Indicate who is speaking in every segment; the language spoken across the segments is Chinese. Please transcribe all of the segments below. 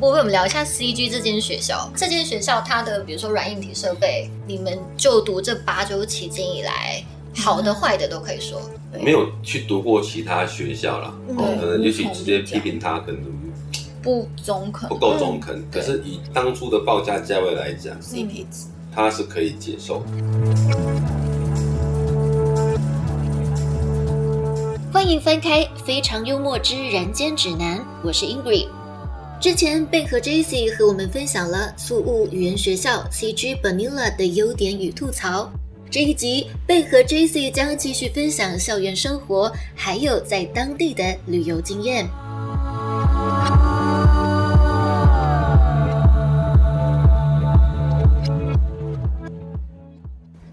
Speaker 1: 部分我们聊一下 CG 这间学校。这间学校它的比如说软硬体设备，你们就读这八周期间以来，好
Speaker 2: 嗯
Speaker 1: 的坏的都可以说。对
Speaker 3: 没有去读过其他学校啦，
Speaker 4: 嗯
Speaker 3: 哦，可能也许
Speaker 4: 无从
Speaker 3: 直接
Speaker 4: 比较
Speaker 3: 批评他可能
Speaker 4: 不中肯嗯
Speaker 3: 不够中肯，可是以当初的报价价位来讲，
Speaker 4: ，CP 值。
Speaker 3: 他是可以接受的。
Speaker 2: 欢迎翻开《非常幽默之人间指南》，我是 Ingrid。之前贝壳 J.C. 和我们分享了宿务语言学校 CG Manila 的优点与吐槽。这一集贝壳 J.C. 将继续分享校园生活，还有在当地的旅游经验。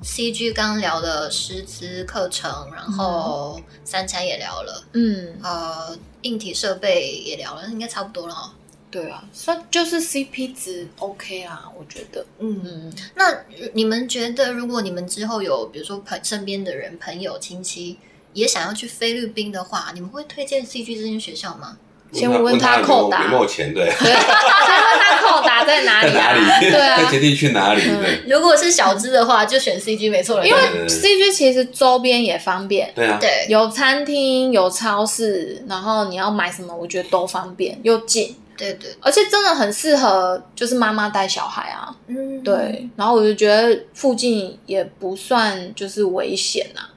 Speaker 1: CG 刚聊了师资课程，然
Speaker 2: 嗯
Speaker 1: 后三餐也聊了，
Speaker 4: 嗯，
Speaker 1: 呃，硬体设备也聊了，应该差不多了哦哈。
Speaker 4: 对啊，算就是 CP 值 OK 啦，我觉得。
Speaker 1: 嗯，那呃你们觉得，如果你们之后有，比如说朋身边的人、朋友、亲戚也想要去菲律宾的话，你们会推荐 CG 这间学校吗？
Speaker 4: 先
Speaker 3: 问
Speaker 4: 问他
Speaker 3: 有没
Speaker 4: 扣
Speaker 3: 有
Speaker 4: 打
Speaker 3: 有没有钱，对，
Speaker 4: 对，所以问他扣打在哪
Speaker 3: 在
Speaker 4: 里
Speaker 3: 哪
Speaker 4: 啊？
Speaker 3: 里，
Speaker 4: 对啊
Speaker 3: 在接地去哪里，对，
Speaker 1: 如果是小资的话，就选 CG 没错了，
Speaker 4: 因为
Speaker 3: 对对对
Speaker 4: CG 其实周边也方便，
Speaker 3: 对啊，
Speaker 1: 对
Speaker 4: 有餐厅、有超市，然后你要买什么，我觉得都方便又近，
Speaker 1: 对对，
Speaker 4: 而且真的很适合就是妈妈带小孩啊。
Speaker 1: 嗯，
Speaker 4: 对，然后我就觉得附近也不算就是危险啊，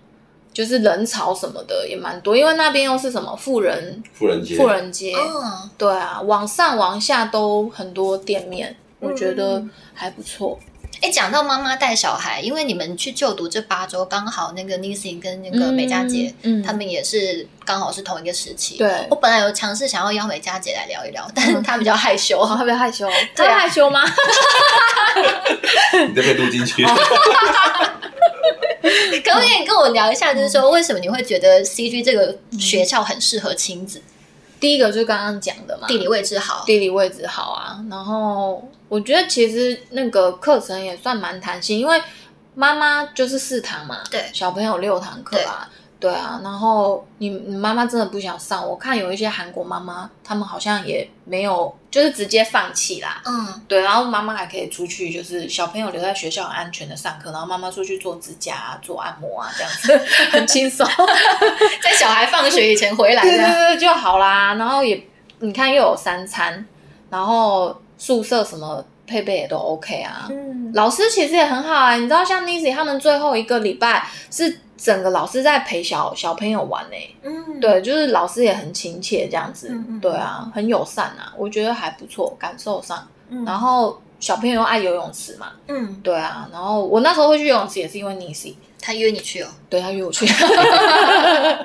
Speaker 4: 就是人潮什么的也蛮多，因为那边又是什么富人
Speaker 3: 富人街，
Speaker 4: 富人街，
Speaker 1: 哦，
Speaker 4: 对啊，往上往下都很多店面，我觉得
Speaker 1: 嗯
Speaker 4: 还不错。
Speaker 1: 哎，讲到妈妈带小孩，因为你们去就读这八周，刚好那个 Nisi 跟那个美佳姐，
Speaker 4: 嗯，嗯，
Speaker 1: 他们也是刚好是同一个时期。
Speaker 4: 对
Speaker 1: 我本来有尝试想要邀美佳姐来聊一聊，但是她比较害羞。
Speaker 4: 哦，会不会害羞？
Speaker 1: 对啊
Speaker 4: 他害羞吗？
Speaker 3: 你这被录进去，
Speaker 4: 哦
Speaker 1: 可不可以跟我聊一下，就是
Speaker 4: 嗯
Speaker 1: 说为什么你会觉得 CG 这个学校很适合亲子？
Speaker 4: 第一个就刚刚讲的嘛，
Speaker 1: 地理位置好，
Speaker 4: 地理位置好啊。然后我觉得其实那个课程也算蛮弹性，因为妈妈就是四堂嘛，
Speaker 1: 对
Speaker 4: 小朋友六堂课啊，对啊。然后你你妈妈真的不想上，我看有一些韩国妈妈，她们好像也没有，就是直接放弃啦。
Speaker 1: 嗯，
Speaker 4: 对，然后妈妈还可以出去，就是小朋友留在学校很安全的上课，然后妈妈出去做指甲啊、做按摩啊，这样子很轻 松。
Speaker 1: 在小孩放学以前回来
Speaker 4: 对对
Speaker 1: 的。
Speaker 4: 对就好啦。然后也你看又有三餐，然后宿舍什么配备也都 OK 啊。
Speaker 1: 嗯，
Speaker 4: 老师其实也很好啊，你知道像 Nisi 他们最后一个礼拜是整个老师在陪小小朋友玩呢、欸
Speaker 1: 嗯，
Speaker 4: 对，就是老师也很亲切这样子，
Speaker 1: 嗯嗯
Speaker 4: 对啊，很友善啊，我觉得还不错，感受上。
Speaker 1: 嗯
Speaker 4: 然后小朋友又爱游泳池嘛，
Speaker 1: 嗯，
Speaker 4: 对啊，然后我那时候会去游泳池也是因为 Nisi，
Speaker 1: 他约你去哦。
Speaker 4: 对他 约我去，
Speaker 1: 哎，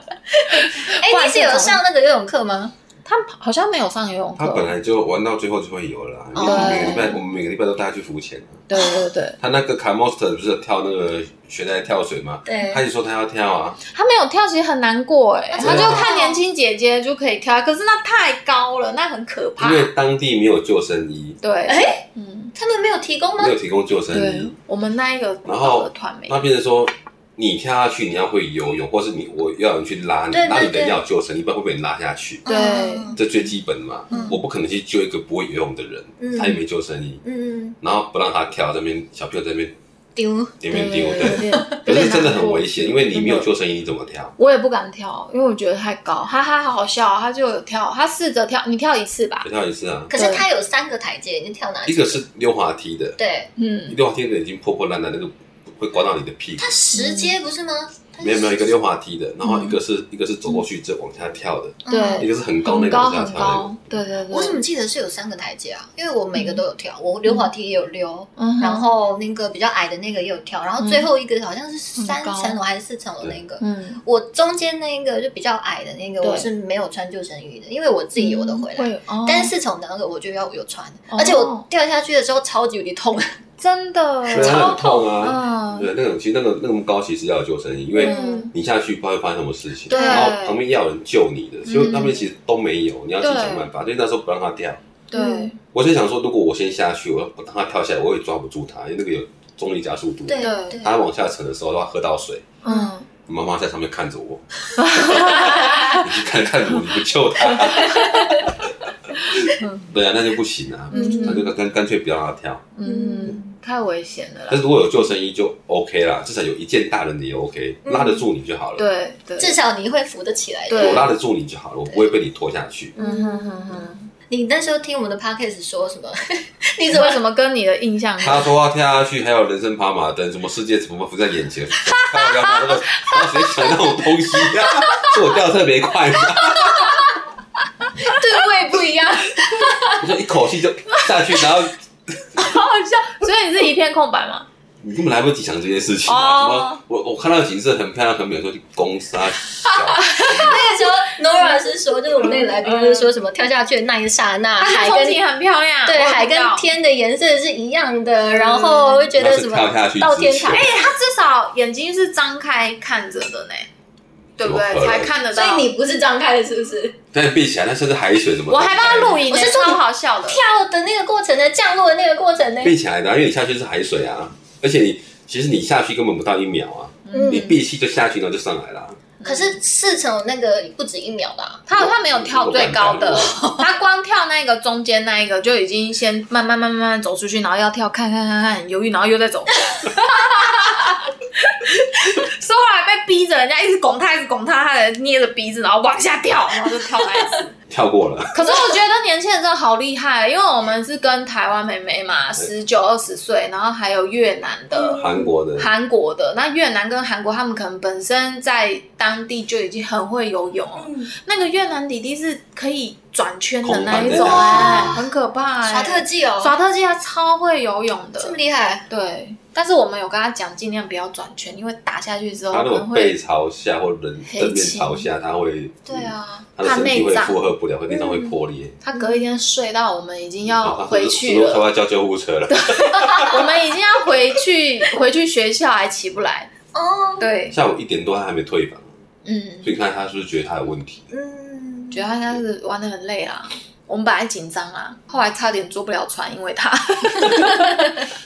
Speaker 4: 不然
Speaker 1: 你是有
Speaker 4: 正常
Speaker 1: 上那个游泳课吗？
Speaker 4: 他好像没有上游泳课，
Speaker 3: 他本来就玩到最后就会有了啊，因为
Speaker 1: 哦
Speaker 3: 我们每个礼拜我们每个礼拜都带他去浮潜啊，
Speaker 4: 对对对，
Speaker 3: 他那个 c a m o s t e r 不是有跳那个悬崖跳水吗？
Speaker 1: 对
Speaker 3: 他也说他要跳啊，
Speaker 4: 他没有跳，其实很难过哎、
Speaker 1: 啊
Speaker 4: 他就
Speaker 3: 真的
Speaker 4: 看年轻姐姐就可以跳，可是那太高了，那很可怕
Speaker 3: 因。为当地没有救生衣，
Speaker 4: 对，
Speaker 1: 哎
Speaker 4: 嗯，
Speaker 1: 他们没有提供吗
Speaker 3: 没？有提供救生
Speaker 4: 对
Speaker 3: 衣，，
Speaker 4: 我们那一个
Speaker 3: 然
Speaker 4: 报
Speaker 3: 后
Speaker 4: 的团没有
Speaker 3: 那变成说。你跳下去，你要会游泳，或是你我要有人去拉你，
Speaker 1: 对对
Speaker 3: 拉你的
Speaker 1: 对
Speaker 3: 人要有救生衣，不然会被你拉下去。
Speaker 4: 对
Speaker 1: 嗯
Speaker 3: 这最基本嘛。
Speaker 1: 嗯
Speaker 3: 我不可能去救一个不会游泳的人，
Speaker 1: 嗯
Speaker 3: 他也没救生衣，
Speaker 1: 嗯，
Speaker 3: 然后不让他跳，在那边小朋友在那边
Speaker 1: 丢。
Speaker 3: 丢面丢
Speaker 4: 有
Speaker 3: 的，
Speaker 4: 点
Speaker 3: 可
Speaker 4: 有点
Speaker 3: 是真的
Speaker 4: 难过
Speaker 3: 很危险，因为你没有救生衣，你怎么跳？
Speaker 4: 我也不敢跳，因为我觉得太高。哈哈，好好笑啊、他就有跳，他试着跳，你跳一次吧
Speaker 3: 我。跳一次啊，
Speaker 1: 可是他有三个台阶，你跳哪
Speaker 3: 一？个是溜滑梯的，
Speaker 1: 对，
Speaker 4: 嗯，
Speaker 3: 溜滑梯的已经破破烂烂，那个会刮到你的屁股
Speaker 1: 他。十阶不是吗？它是
Speaker 3: 没有没有一个溜滑梯的，然后一个是一个是走过去再往下跳的，
Speaker 1: 嗯
Speaker 4: 对
Speaker 3: 一个是很高那
Speaker 4: 很
Speaker 3: 个
Speaker 4: 高
Speaker 3: 往下
Speaker 4: 很
Speaker 3: 跳
Speaker 4: 高，对对对。
Speaker 1: 我怎么记得是有三个台阶啊？因为我每
Speaker 4: 嗯
Speaker 1: 个都有跳，我溜滑梯也有溜，
Speaker 4: 嗯哼嗯
Speaker 1: 然后那个比较矮的那个也有跳，然后最后一个好像是三层
Speaker 4: 很
Speaker 1: 楼还是四层楼那个。
Speaker 4: 嗯，
Speaker 1: 我中间那一个就比较矮的那个，
Speaker 4: 对
Speaker 1: 我是没有穿救生衣的，因为我自己游的回来。
Speaker 4: 会哦
Speaker 1: 但是四层楼那个我就要有穿，
Speaker 4: 哦
Speaker 1: 而且我掉下去的时候超级有点痛。
Speaker 4: 真的
Speaker 3: 对啊，很痛啊。
Speaker 4: 嗯，
Speaker 3: 对，那种其实那个那么高，其实要有救生衣，因为
Speaker 4: 嗯
Speaker 3: 你下去不知道会发生什么事情，
Speaker 1: 对
Speaker 3: 然后旁边要有人救你的，所以
Speaker 4: 嗯
Speaker 3: 那边其实都没有，你要自己想办法。所以那时候不让他跳，
Speaker 4: 对
Speaker 3: 我就想说，如果我先下去，我我让他跳下来，我也抓不住他，因为那个有重力加速度。
Speaker 1: 对
Speaker 4: 对
Speaker 1: 对，
Speaker 3: 他往下沉的时候，他喝到水，
Speaker 4: 嗯。
Speaker 3: 妈妈在上面看着 我， 你去看看我，你不救他。对啊，那就不行啊，
Speaker 4: 嗯
Speaker 3: 那就干干脆不要让他跳。
Speaker 4: 嗯，太危险了
Speaker 3: 但
Speaker 4: 啦。
Speaker 3: 是如果有救生衣就 OK 啦，至少有一件大人的也 OK，
Speaker 1: 嗯
Speaker 3: 拉得住你就好了。
Speaker 4: 对对，
Speaker 1: 至少你会扶得起来的。
Speaker 4: 对
Speaker 3: 我拉得住你就好了，我不会被你拖下去。
Speaker 4: 嗯哼哼 哼，
Speaker 1: 你那时候听我们的 podcast 说 什么？
Speaker 4: 你怎么怎么跟你的印象
Speaker 3: 他说要跳下去，还有人生跑马灯，什么世界怎么浮在眼前？看我要拿那个，他谁想那种东西呀、是我掉得特别快吗？
Speaker 4: 对味不一样，
Speaker 3: 我说一口气就下去，然后
Speaker 4: 好好笑。所以你是一片空 白吗？
Speaker 3: 你根本来不及想这件事情啊！
Speaker 4: 哦
Speaker 3: 什么？我我看到景色很漂亮，很美，说去攻杀啊小，
Speaker 1: 那时候 Nora 是说，就是我们那个来宾不是说什么跳下去的那一刹那，海
Speaker 4: 憧
Speaker 1: 跟
Speaker 4: 憬很漂亮，
Speaker 1: 对
Speaker 4: 我知
Speaker 1: 海跟
Speaker 4: 道
Speaker 1: 天的颜色是一样的，然后会觉
Speaker 3: 然
Speaker 1: 得
Speaker 3: 后
Speaker 1: 什
Speaker 3: 是
Speaker 1: 么
Speaker 3: 跳下去
Speaker 1: 到
Speaker 3: 之
Speaker 1: 天
Speaker 3: 前
Speaker 1: 堂。
Speaker 4: 哎、他至少眼睛是张开看着的呢，对不
Speaker 3: 怎么可
Speaker 4: 对？
Speaker 3: 能
Speaker 4: 才看得
Speaker 1: 所
Speaker 4: 到。
Speaker 1: 以你不是张开的，是不是？
Speaker 3: 但是闭起来，那甚至海水什么？
Speaker 4: 我还帮他录影呢，
Speaker 1: 我是说你
Speaker 4: 超好笑的。
Speaker 1: 跳的那个过程呢，降落的那个过程呢？
Speaker 3: 闭起来的啊，因为你下去是海水啊，而且你其实你下去根本不到一秒啊，你
Speaker 1: 嗯，
Speaker 3: 闭气就下去，然后就上来了啊。
Speaker 1: 可是四层那个不止一秒吧？
Speaker 4: 他好像没有跳最高的
Speaker 3: 我，
Speaker 4: 他光跳那个中间那一个就已经先慢慢慢慢慢走出去，然后要跳看看看看，很犹豫，然后又再 走。所以后来被逼着，人家一直拱他，一直拱他，他才捏着鼻子，然后往下跳，然后就跳那一 次。
Speaker 3: 跳过了，
Speaker 4: 可是我觉得年轻人真的好厉害，因为我们是跟台湾妹妹嘛，十九二十岁，然后还有越南的、
Speaker 3: 韩国的
Speaker 4: 韩国的。那越南跟韩国，他们可能本身在当地就已经很会游泳了。那个越南弟弟是可以转圈的那一
Speaker 3: 空
Speaker 4: 种，
Speaker 3: 翻的
Speaker 4: 哎，很可怕、哎。
Speaker 1: 耍特技哦，
Speaker 4: 耍特技，他超会游泳
Speaker 1: 这
Speaker 4: 的
Speaker 1: 么。厉害，
Speaker 4: 对，但是我们有跟他讲，尽量不要转圈，因为打下去之后
Speaker 3: 他
Speaker 4: 可
Speaker 3: 如
Speaker 4: 能
Speaker 3: 果
Speaker 4: 会
Speaker 3: 背朝下或人
Speaker 4: 黑
Speaker 3: 正面
Speaker 4: 青
Speaker 3: 朝下，他会嗯
Speaker 1: 对，啊，
Speaker 3: 他的身
Speaker 4: 怕
Speaker 3: 体
Speaker 4: 内
Speaker 3: 会
Speaker 4: 脏
Speaker 3: 负荷不了，会内脏会破裂，
Speaker 4: 他隔一天睡到我们已经
Speaker 3: 然
Speaker 4: 要
Speaker 3: 后
Speaker 4: 回去了
Speaker 3: 他。 要叫救护车了。
Speaker 4: 我们已经要回去回去学校，还起不来。
Speaker 1: 哦，
Speaker 4: 对，
Speaker 3: 下午一点多他还没退房，
Speaker 4: 嗯，
Speaker 3: 所以你看他是不是觉得他有问题？
Speaker 1: 嗯，
Speaker 4: 觉得他应该是玩的很累啦。我们本来紧张啦，后来差点坐不了船，因为 他。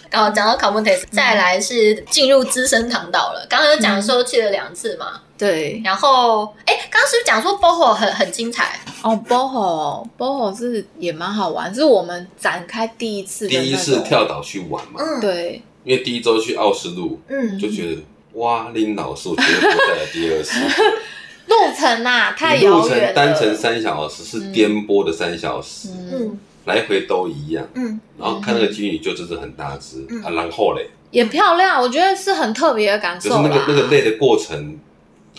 Speaker 1: 然后讲到 c o m m o t e s 再来是进入资生堂岛了。刚刚有讲说去了两次嘛，
Speaker 4: 对，
Speaker 1: 然后哎，刚刚是不是讲说 BOHO 很很精彩？
Speaker 4: 哦，boho boho 是也蛮好玩，是我们展开第一次的
Speaker 3: 第一
Speaker 4: 那
Speaker 3: 次
Speaker 4: 种。
Speaker 3: 跳岛去玩嘛，
Speaker 1: 嗯，，
Speaker 4: 对，
Speaker 3: 因为第一周去奥斯陆
Speaker 1: 嗯，
Speaker 3: 就觉得哇，林老师我绝对不会再来第二次。
Speaker 4: 路程啊 太
Speaker 3: 你路
Speaker 4: 遥
Speaker 3: 程
Speaker 4: 远了。
Speaker 3: 单程三小时是颠簸的三小时，
Speaker 4: 嗯，
Speaker 1: 嗯
Speaker 3: 来回都一样。
Speaker 1: 嗯，
Speaker 3: 然后看那个金鱼就真的很大只
Speaker 1: 嗯
Speaker 3: 啊，然后嘞，
Speaker 4: 也漂亮，我觉得是很特别的感
Speaker 3: 就是
Speaker 4: 受
Speaker 3: 那
Speaker 4: 嗯啦
Speaker 3: 个。那个累的过程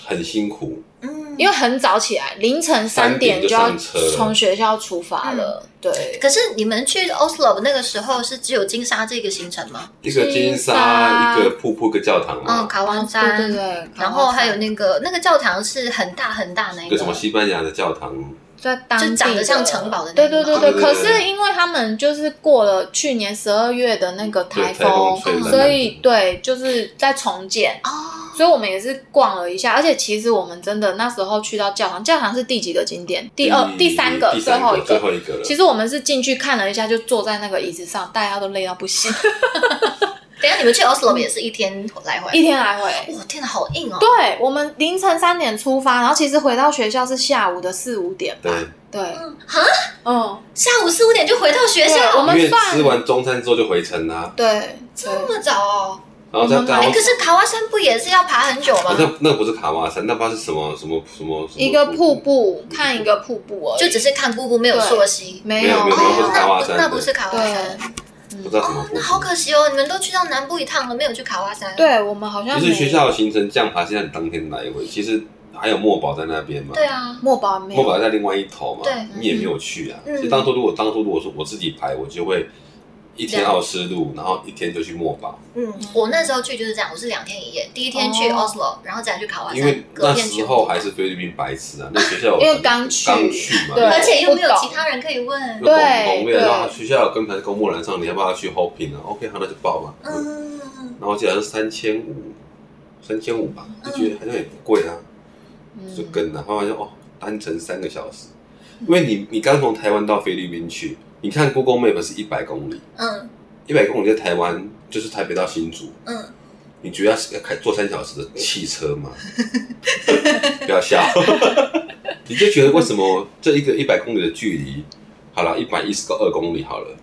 Speaker 3: 很辛苦，
Speaker 1: 嗯，
Speaker 4: 因为很早起来，凌晨三点就要
Speaker 3: 三点就上车了
Speaker 4: 从学校出发了。
Speaker 1: 嗯
Speaker 4: 对，
Speaker 1: 可是你们去 Oslo 那个时候是只有金沙这个行程吗？
Speaker 3: 一个金沙，一个瀑布，一个教堂
Speaker 1: 嗯，
Speaker 3: 嘛，
Speaker 1: 卡湾
Speaker 4: 对对
Speaker 1: 山，
Speaker 4: 对，
Speaker 1: 然后还有
Speaker 4: 那。
Speaker 1: 那个那个教堂是很大很大那一
Speaker 4: 嗯
Speaker 3: 一
Speaker 1: 个
Speaker 3: 个什么西班牙的教堂，
Speaker 4: 在当地
Speaker 1: 就
Speaker 4: 的
Speaker 1: 长得像城堡的那
Speaker 4: 对
Speaker 1: 一
Speaker 4: 对
Speaker 1: 种
Speaker 4: 对对。
Speaker 3: 对对对
Speaker 4: 可是因为他们就是过了去年十二月的那个
Speaker 3: 对，
Speaker 4: 台
Speaker 3: 台风
Speaker 4: 风，
Speaker 3: 吹
Speaker 1: 风
Speaker 3: 来，
Speaker 4: 所以对就是在重建，
Speaker 1: 哦，
Speaker 4: 所以我们也是逛了一下。而且其实我们真的那时候去到教堂，教堂是第几个景点？第二、第三个，
Speaker 3: 第
Speaker 4: 最
Speaker 3: 三
Speaker 4: 后一
Speaker 3: 个，最
Speaker 4: 个。
Speaker 3: 后一个了。
Speaker 4: 其实我们是进去看了一下，就坐在那个椅子上，大家都累到不行，
Speaker 1: 等一下你们去 Oslo 也是一天来回，
Speaker 4: 一天来回。
Speaker 1: 哇，天哪，好硬哦，
Speaker 4: 对我们凌晨三点出发，然后其实回到学校是下午的四五点吧。
Speaker 3: 对，
Speaker 4: 对，
Speaker 1: 嗯，哈，
Speaker 4: 嗯，
Speaker 1: 下午四五点就回到学
Speaker 4: 对我
Speaker 1: 校，
Speaker 4: 们
Speaker 3: 因为
Speaker 4: 算
Speaker 3: 吃完中餐之后就回城啦，
Speaker 4: 对，对
Speaker 1: 这么早哦？
Speaker 3: 然后再
Speaker 4: 我们买
Speaker 3: 然后
Speaker 1: 哎，可是卡哇山不也是要爬很久吗
Speaker 3: 哦，？那那不是卡哇山，那不知道是什么什么什么什么
Speaker 4: 一个瀑，布，看一个瀑布而已，
Speaker 1: 就只是看瀑布，没有溯溪。
Speaker 4: 没
Speaker 3: 没有没有没有
Speaker 1: 哦，
Speaker 3: 是
Speaker 1: 那
Speaker 3: 卡哇
Speaker 1: 不
Speaker 3: 山
Speaker 1: 那
Speaker 3: 对
Speaker 1: 不是卡哇山
Speaker 3: 不知道什
Speaker 1: 哦
Speaker 3: 么瀑，布。
Speaker 1: 那好可惜哦，你们都去到南部一趟了，没有去卡哇山。，
Speaker 4: 对我们好像
Speaker 3: 其
Speaker 4: 没
Speaker 3: 实学校的行程这样爬，现在你当天来回，其实还有墨宝在那边嘛，
Speaker 1: 对啊，
Speaker 4: 墨宝没
Speaker 3: 墨宝
Speaker 4: 有，
Speaker 3: 在另外一头嘛
Speaker 1: 对，
Speaker 3: 你也没有去啊。
Speaker 1: 嗯
Speaker 3: 其实当初如果当初如果说我自己排，我就会一天奥斯陆，然后一天就去墨宝，
Speaker 1: 嗯，我那时候去就是这样，我是两天一夜，第一天去
Speaker 4: 哦
Speaker 1: Oslo，然后再去卡哇
Speaker 3: 因为
Speaker 1: 山，
Speaker 3: 那
Speaker 1: 隔天去
Speaker 3: 时
Speaker 1: 墨
Speaker 3: 候
Speaker 1: 宝。
Speaker 3: 还是菲律宾白痴啊，那学校有
Speaker 4: 因为刚去
Speaker 3: 刚去嘛，
Speaker 4: 对
Speaker 1: 而且又没有
Speaker 4: 不懂
Speaker 1: 其他人可以问。
Speaker 3: 有公公
Speaker 4: 对
Speaker 3: 位，然后
Speaker 4: 对
Speaker 3: 学校有跟团公募栏上，你要不要去 hoping 啊？OK，好，那就报嘛。嗯，
Speaker 1: 嗯，
Speaker 3: 然后我记得好像三千五，三千五吧，就觉得好像也不贵啊，
Speaker 4: 嗯
Speaker 3: 就跟了。后来就哦，单程三个小时，因为你你刚从台湾到菲律宾去，你看 Google Map 是一百公里，
Speaker 1: 嗯
Speaker 3: 一百公里在台湾就是台北到新竹，
Speaker 1: 嗯，
Speaker 3: 你觉得是要开坐三小时的汽车吗？ 不要笑，你就觉得为什么这一个一百公里的距离，好了，一百一十个二公里好了，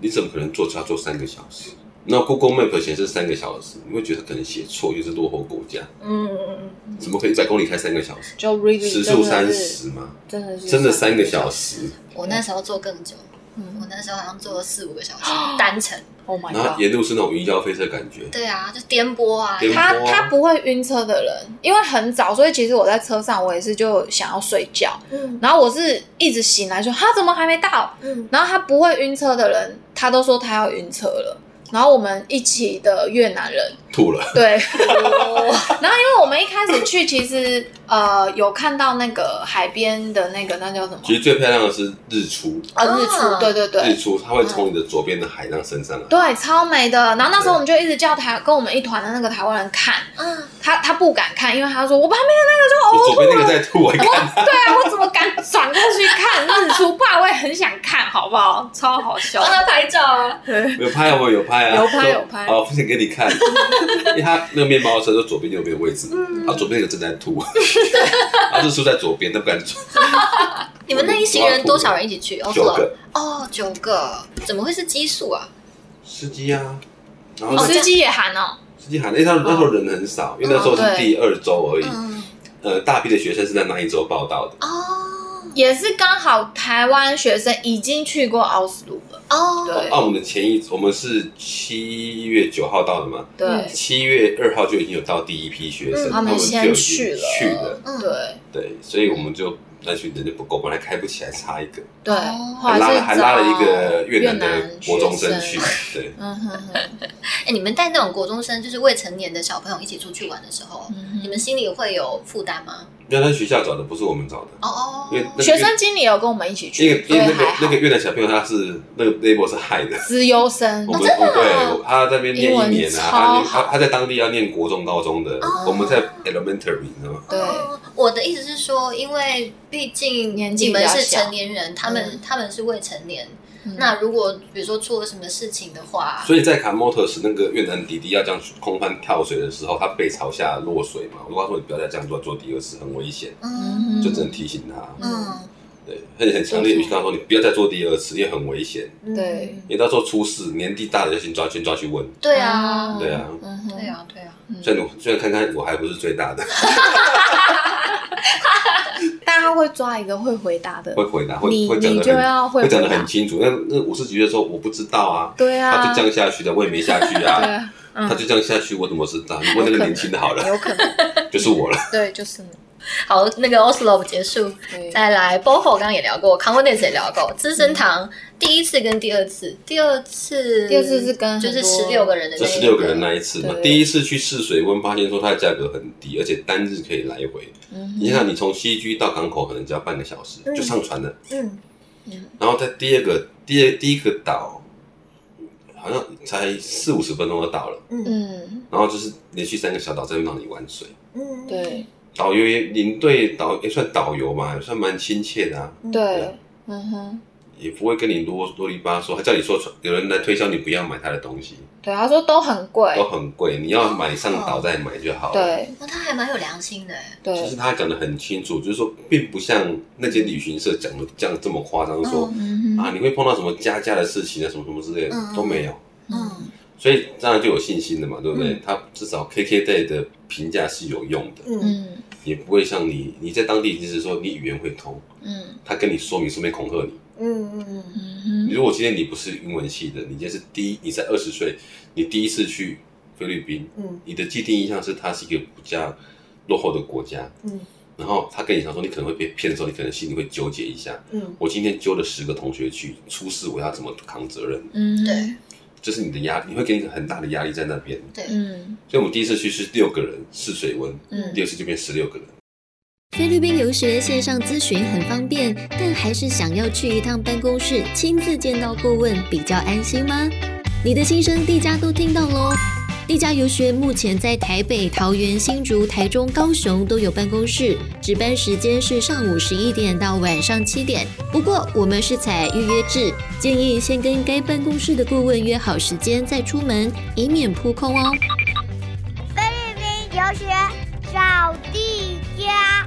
Speaker 3: 你怎么可能坐车坐三个小时？那 Google Map 显示三个小时，你会觉得可能写错，又是落后国家，
Speaker 4: 嗯嗯嗯，
Speaker 3: 怎么可以一百公里开三个小时？
Speaker 4: 就 really
Speaker 3: 时速
Speaker 4: 真
Speaker 3: 三
Speaker 4: 的是，
Speaker 3: 十吗？
Speaker 4: 真的是
Speaker 3: 真的三个小时，
Speaker 1: 我那时候坐更久，嗯，我那时候好像坐了四五个 小时单程。
Speaker 4: ，Oh my
Speaker 3: 然后
Speaker 4: god！
Speaker 3: 沿路是那种云霄飞车的感觉，
Speaker 1: 对啊，就颠簸啊，
Speaker 3: 颠簸
Speaker 4: 他
Speaker 3: 多啊
Speaker 4: 他不会晕车的人，因为很早，所以其实我在车上我也是就想要睡觉，
Speaker 1: 嗯
Speaker 4: 然后我是一直醒来说他怎么还没到，
Speaker 1: 嗯，
Speaker 4: 然后他不会晕车的人，他都说他要晕车了。然后我们一起的越南人，
Speaker 3: 吐了。
Speaker 4: 对，然后因为我们一开始去，其实呃有看到那个海边的那个那叫什么？
Speaker 3: 其实最漂亮的是日出，
Speaker 4: 呃，日出，
Speaker 1: 啊
Speaker 4: 对对
Speaker 3: 日
Speaker 4: 对，
Speaker 3: 出它会从你的左边的海浪升上来，
Speaker 4: 对，超美的。然后那时候我们就一直叫台跟我们一团的那个台湾人看，
Speaker 1: 嗯，
Speaker 4: 他他不敢看，因为他说我旁边
Speaker 3: 我
Speaker 4: 那个就呕
Speaker 3: 左
Speaker 4: 吐
Speaker 3: 边那
Speaker 4: 了
Speaker 3: 个。在 吐，我看
Speaker 4: 我对啊，我怎么敢转过去看日出？不然我也很想看，好不好？超好 笑
Speaker 1: 帮。他哦拍照啊，
Speaker 4: 对
Speaker 3: 有拍啊，我有拍啊，
Speaker 4: 有拍
Speaker 3: 说
Speaker 4: 有拍
Speaker 3: 哦，不行给你 看，因为他那个面包车就左边右边的位置，
Speaker 4: 嗯
Speaker 3: 他左边那个正在 吐，他就输在左边，那不敢
Speaker 4: 哦
Speaker 3: 吐，
Speaker 1: 你们那一行人多少人一起去？哦，
Speaker 3: 九个
Speaker 1: 哦，九个，怎么会是奇数啊？
Speaker 3: 司机啊，然后
Speaker 4: 哦，
Speaker 3: 那
Speaker 4: 司机也喊哦，
Speaker 3: 司机喊，因为他那时候人很少，因为那时候
Speaker 4: 哦
Speaker 3: 是
Speaker 4: 对
Speaker 3: 第二周而已，
Speaker 1: 嗯，
Speaker 3: 呃，大批的学生是在那一周报道的，
Speaker 1: 哦
Speaker 4: 也是刚好台湾学生已经去过奥斯陆了。
Speaker 1: 哦，
Speaker 4: 对
Speaker 3: 啊，我们的前一我们是七月九号到的嘛，
Speaker 4: 对
Speaker 3: 七月二号就已经有到第一批学生，
Speaker 1: 嗯
Speaker 4: 他们
Speaker 3: 们
Speaker 4: 先
Speaker 3: 就已经
Speaker 4: 去了
Speaker 3: 去了，
Speaker 1: 嗯，
Speaker 4: 对
Speaker 3: 对，所以我们就那群人就不够，本来开不起来，差一个。
Speaker 4: 对，
Speaker 1: 哦
Speaker 4: 后来
Speaker 3: 还拉
Speaker 4: 是
Speaker 3: 了还拉了一个
Speaker 4: 找
Speaker 3: 越南的国中
Speaker 4: 学
Speaker 3: 生去，对，
Speaker 4: 嗯哼哼，
Speaker 1: 哎、你们带那种国中生，就是未成年的小朋友一起出去玩的时候，
Speaker 4: 嗯
Speaker 1: 你们心里会有负担吗？
Speaker 3: 因为他学校找的不是我们找的，
Speaker 1: 哦哦，
Speaker 3: 因为那个
Speaker 4: 学生经理有跟我们一起
Speaker 3: 因
Speaker 4: 去
Speaker 3: 为，
Speaker 4: 所
Speaker 3: 因
Speaker 4: 以
Speaker 3: 为
Speaker 4: 还
Speaker 3: 那个
Speaker 4: 好哦
Speaker 3: 那个越南小朋友他是那个 label 是害的，
Speaker 4: 资优生
Speaker 3: 我，们我对他在那边念
Speaker 4: 啊英文
Speaker 3: 一年
Speaker 4: 超
Speaker 3: 啊，他念
Speaker 4: 好哦
Speaker 3: 他他在当地要念国中高中的，我们在 elementary 你知道吗？
Speaker 4: 对
Speaker 1: 哦我的意思是说，因为毕竟
Speaker 4: 年纪
Speaker 1: 你
Speaker 4: 比较
Speaker 1: 们是
Speaker 4: 小
Speaker 1: 成年人，他们、他们是未成年。
Speaker 4: 嗯
Speaker 1: 那如果比如说出了什么事情的话，
Speaker 3: 所以在卡莫特时，那个越南弟弟要这样空翻跳水的时候，他背朝下落水嘛，我跟他说你不要再这样做，做第二次很危险，
Speaker 1: 嗯
Speaker 4: 嗯
Speaker 3: 就只能提醒他，
Speaker 1: 嗯
Speaker 3: 对，很很强烈的预告说你不要再做第二次，因为很危险。
Speaker 1: 嗯
Speaker 4: 对，
Speaker 3: 你到时候出事，年纪大的就先抓先抓去问。
Speaker 1: 对啊
Speaker 4: 嗯
Speaker 3: 对啊，
Speaker 4: 嗯哼，
Speaker 1: 对，啊对啊，
Speaker 3: 虽然我虽然看看我还不是最大 的，
Speaker 4: 但他会抓一个会回答的
Speaker 3: 会，回答会
Speaker 4: 你
Speaker 3: 会讲
Speaker 4: 你
Speaker 3: 的
Speaker 4: 就
Speaker 3: 很
Speaker 4: 要会
Speaker 3: 会讲的
Speaker 4: 回答
Speaker 3: 很清楚。那那五十几岁的时候我不知道啊，
Speaker 4: 对啊，
Speaker 3: 他就这样下去的，我也没下 去
Speaker 4: 对
Speaker 3: 啊，
Speaker 4: 啊，嗯
Speaker 3: 他就这样下去，我怎么知道？你问那个年轻的好了，
Speaker 4: 有可能，
Speaker 3: 就是我了。
Speaker 4: 对，就是你，
Speaker 1: 好，那个 Oslo 结束，
Speaker 4: 对
Speaker 1: 再来 Boho 刚刚也聊过 c o n f i d e n c e 也聊过，资生堂第一次跟第二次，第二次
Speaker 4: 第二次是跟
Speaker 1: 就是
Speaker 4: 很多
Speaker 1: 十六个人的
Speaker 3: 这
Speaker 1: 那一
Speaker 3: 十六个人那一次嘛，
Speaker 4: 对
Speaker 3: 第一次去试水温，发现说它的价格很低，而且单日可以来回。
Speaker 4: 嗯
Speaker 3: 你看，你从西居到港口可能只要半个小时
Speaker 1: 嗯
Speaker 3: 就上船了。
Speaker 1: 嗯
Speaker 3: 然后在第二个第二第一个岛，好像才四五十分钟就到了。
Speaker 1: 嗯
Speaker 4: 嗯，
Speaker 3: 然后就是连续三个小岛在那边让你玩水。
Speaker 1: 嗯，
Speaker 4: 对
Speaker 3: 导游也领队导也算导游嘛，也算蛮亲切的啊，
Speaker 4: 对，嗯哼，
Speaker 3: 也不会跟你啰啰里吧嗦，他叫你说有人来推销你不要买他的东西，
Speaker 4: 对，他说都很贵，
Speaker 3: 都很贵，你要买上岛再买就好了。
Speaker 4: 对
Speaker 1: 那他还蛮有良心的欸，
Speaker 3: 其实
Speaker 4: 对，
Speaker 3: 他讲的很清楚，就是说并不像那些旅行社讲的这样这么夸张，说、
Speaker 4: 嗯
Speaker 3: 啊你会碰到什么加价的事情啊，什么什么之类的、
Speaker 1: 嗯嗯
Speaker 3: 都没有。
Speaker 1: 嗯
Speaker 3: 所以当然就有信心了嘛，对不对？他至少 KKday 的评价是有用的，
Speaker 1: 嗯
Speaker 4: 嗯
Speaker 3: 也不会像你你在当地就是说你语言会通，
Speaker 4: 嗯
Speaker 3: 他跟你说明顺便恐吓你。
Speaker 1: 嗯嗯
Speaker 4: 嗯哼，
Speaker 3: 如果今天你不是英文系的，你今天是第一，你才二十岁，你第一次去菲律宾，
Speaker 1: 嗯
Speaker 3: 你的既定印象是它是一个比较落后的国家，
Speaker 1: 嗯
Speaker 3: 然后他跟你讲说你可能会被骗的时候，你可能心里会纠结一下。
Speaker 1: 嗯
Speaker 3: 我今天揪了十个同学去，出事我要怎么扛责任？
Speaker 4: 嗯
Speaker 1: 对，
Speaker 3: 这是你的压，你会给你很大的压力在那边。
Speaker 1: 对，
Speaker 4: 嗯
Speaker 3: 所以我们第一次去是六个人试水温，
Speaker 4: 嗯
Speaker 3: 第二次就变十六个人。
Speaker 2: 菲律宾留学线上咨询很方便，但还是想要去一趟办公室亲自见到顾问比较安心吗？你的心声地家都听到喽。地家游学目前在台北、桃园、新竹、台中、高雄都有办公室，值班时间是上午十一点到晚上七点。不过我们是采预约制，建议先跟该办公室的顾问约好时间再出门，以免扑空哦。
Speaker 5: 留学找地家。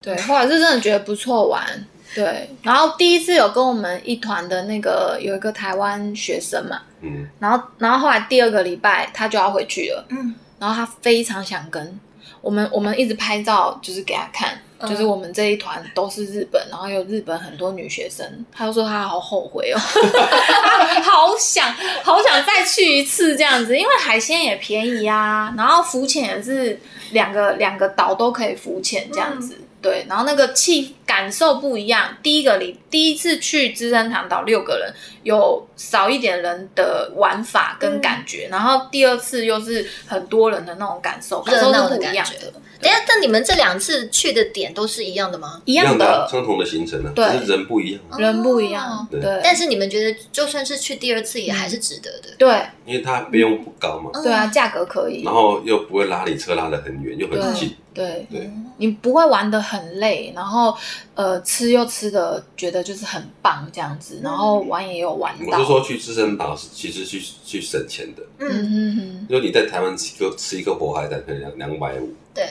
Speaker 4: 对，后来是真的觉得不错玩，对，然后第一次有跟我们一团的那个有一个台湾学生嘛，
Speaker 3: 嗯，
Speaker 4: 然后然后后来第二个礼拜他就要回去了，
Speaker 1: 嗯，
Speaker 4: 然后他非常想跟我们，我们一直拍照就是给他看，
Speaker 1: 嗯
Speaker 4: 就是我们这一团都是日本，然后有日本很多女学生，他就说他好后悔哦， 他好想好想再去一次这样子，因为海鲜也便宜啊，然后浮潜也是两个两个岛都可以浮潜这样
Speaker 1: 嗯
Speaker 4: 子。对，然后那个气感受不一样。第一个礼第一次去资生堂岛六个人，有少一点人的玩法跟
Speaker 1: 嗯
Speaker 4: 感觉，然后第二次又是很多人的那种感受，感
Speaker 1: 热
Speaker 4: 受
Speaker 1: 闹
Speaker 4: 是
Speaker 1: 的
Speaker 4: 不
Speaker 1: 感
Speaker 4: 一样
Speaker 1: 觉
Speaker 4: 的，
Speaker 1: 等一下，但你们这两次去的点都是一样的吗？
Speaker 4: 一
Speaker 3: 一
Speaker 4: 样
Speaker 3: 的啊
Speaker 4: 的
Speaker 3: 相同的行程啊，
Speaker 4: 对
Speaker 3: 只是人不一样啊，
Speaker 4: 人不一
Speaker 1: 哦
Speaker 4: 样，
Speaker 3: 对
Speaker 4: 对
Speaker 1: 但是你们觉得就算是去第二次也还是值得的。
Speaker 4: 对
Speaker 3: 因为它费用不高嘛，
Speaker 1: 嗯
Speaker 4: 对啊，，价格可以
Speaker 3: 然，后又不会拉你车拉得很远，又很近，
Speaker 4: 对
Speaker 3: 对
Speaker 4: 你不会玩的很累，然后呃吃又吃的觉得就是很棒这样
Speaker 1: 嗯
Speaker 4: 子，然后玩也有玩
Speaker 3: 我
Speaker 4: 到
Speaker 3: 就，说去资生岛是其实去去省钱的，
Speaker 1: 嗯，
Speaker 4: 嗯哼哼，
Speaker 3: 因为你在台湾吃一颗吃一颗活海胆可能两两百五，
Speaker 1: 对，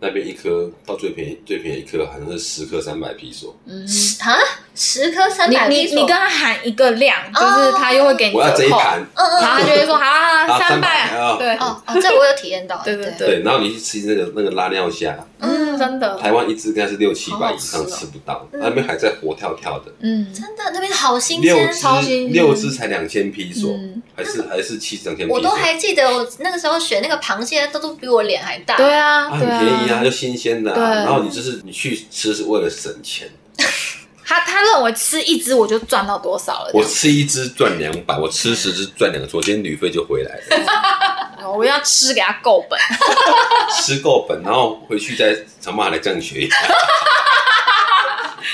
Speaker 3: 那边一颗到最便宜最便宜一颗好像是十颗三百披索，
Speaker 4: 嗯哼。
Speaker 1: 十啊，十颗三
Speaker 4: 你
Speaker 1: 百
Speaker 4: 你你跟他喊一个量，就是他又会给你
Speaker 3: 我要这
Speaker 4: 折
Speaker 3: 一
Speaker 4: 扣，
Speaker 3: 盘，
Speaker 1: 嗯嗯
Speaker 4: 然后他就会说好啦，
Speaker 3: 啊
Speaker 4: 三
Speaker 3: 300啊
Speaker 4: 对，
Speaker 1: 哦哦，这我有体验到，
Speaker 4: 对对
Speaker 1: 对
Speaker 4: 对
Speaker 3: 对，然后你去吃那个那个拉尿虾，
Speaker 4: 嗯，真的，
Speaker 3: 台湾一只应该是六七
Speaker 1: 好
Speaker 3: 百
Speaker 1: 好
Speaker 3: 以
Speaker 1: 吃
Speaker 3: 上
Speaker 1: 哦
Speaker 3: 吃不到，
Speaker 1: 嗯
Speaker 3: 那边还在活跳跳的，
Speaker 4: 嗯，
Speaker 1: 真的那边好新鲜
Speaker 3: 六，
Speaker 4: 超新鲜
Speaker 3: 只六只才两千披索
Speaker 4: 嗯，
Speaker 3: 还是还是七两千披索，
Speaker 1: 我都还记得我那个时候选那个螃蟹都都比我脸还大，
Speaker 4: 对啊，
Speaker 3: 啊，很
Speaker 4: 对
Speaker 3: 便宜啊，
Speaker 4: 啊
Speaker 3: 就，新鲜的、啊。
Speaker 4: 对
Speaker 3: 然后你就是你去吃是为了省钱，
Speaker 4: 他他认为吃一只我就赚到多少了，
Speaker 3: 我吃一只赚两百，我吃十只赚两，昨天旅费就回来 了，
Speaker 4: 我要吃给他够本，
Speaker 3: 吃够本，然后回去再想办法来降血压。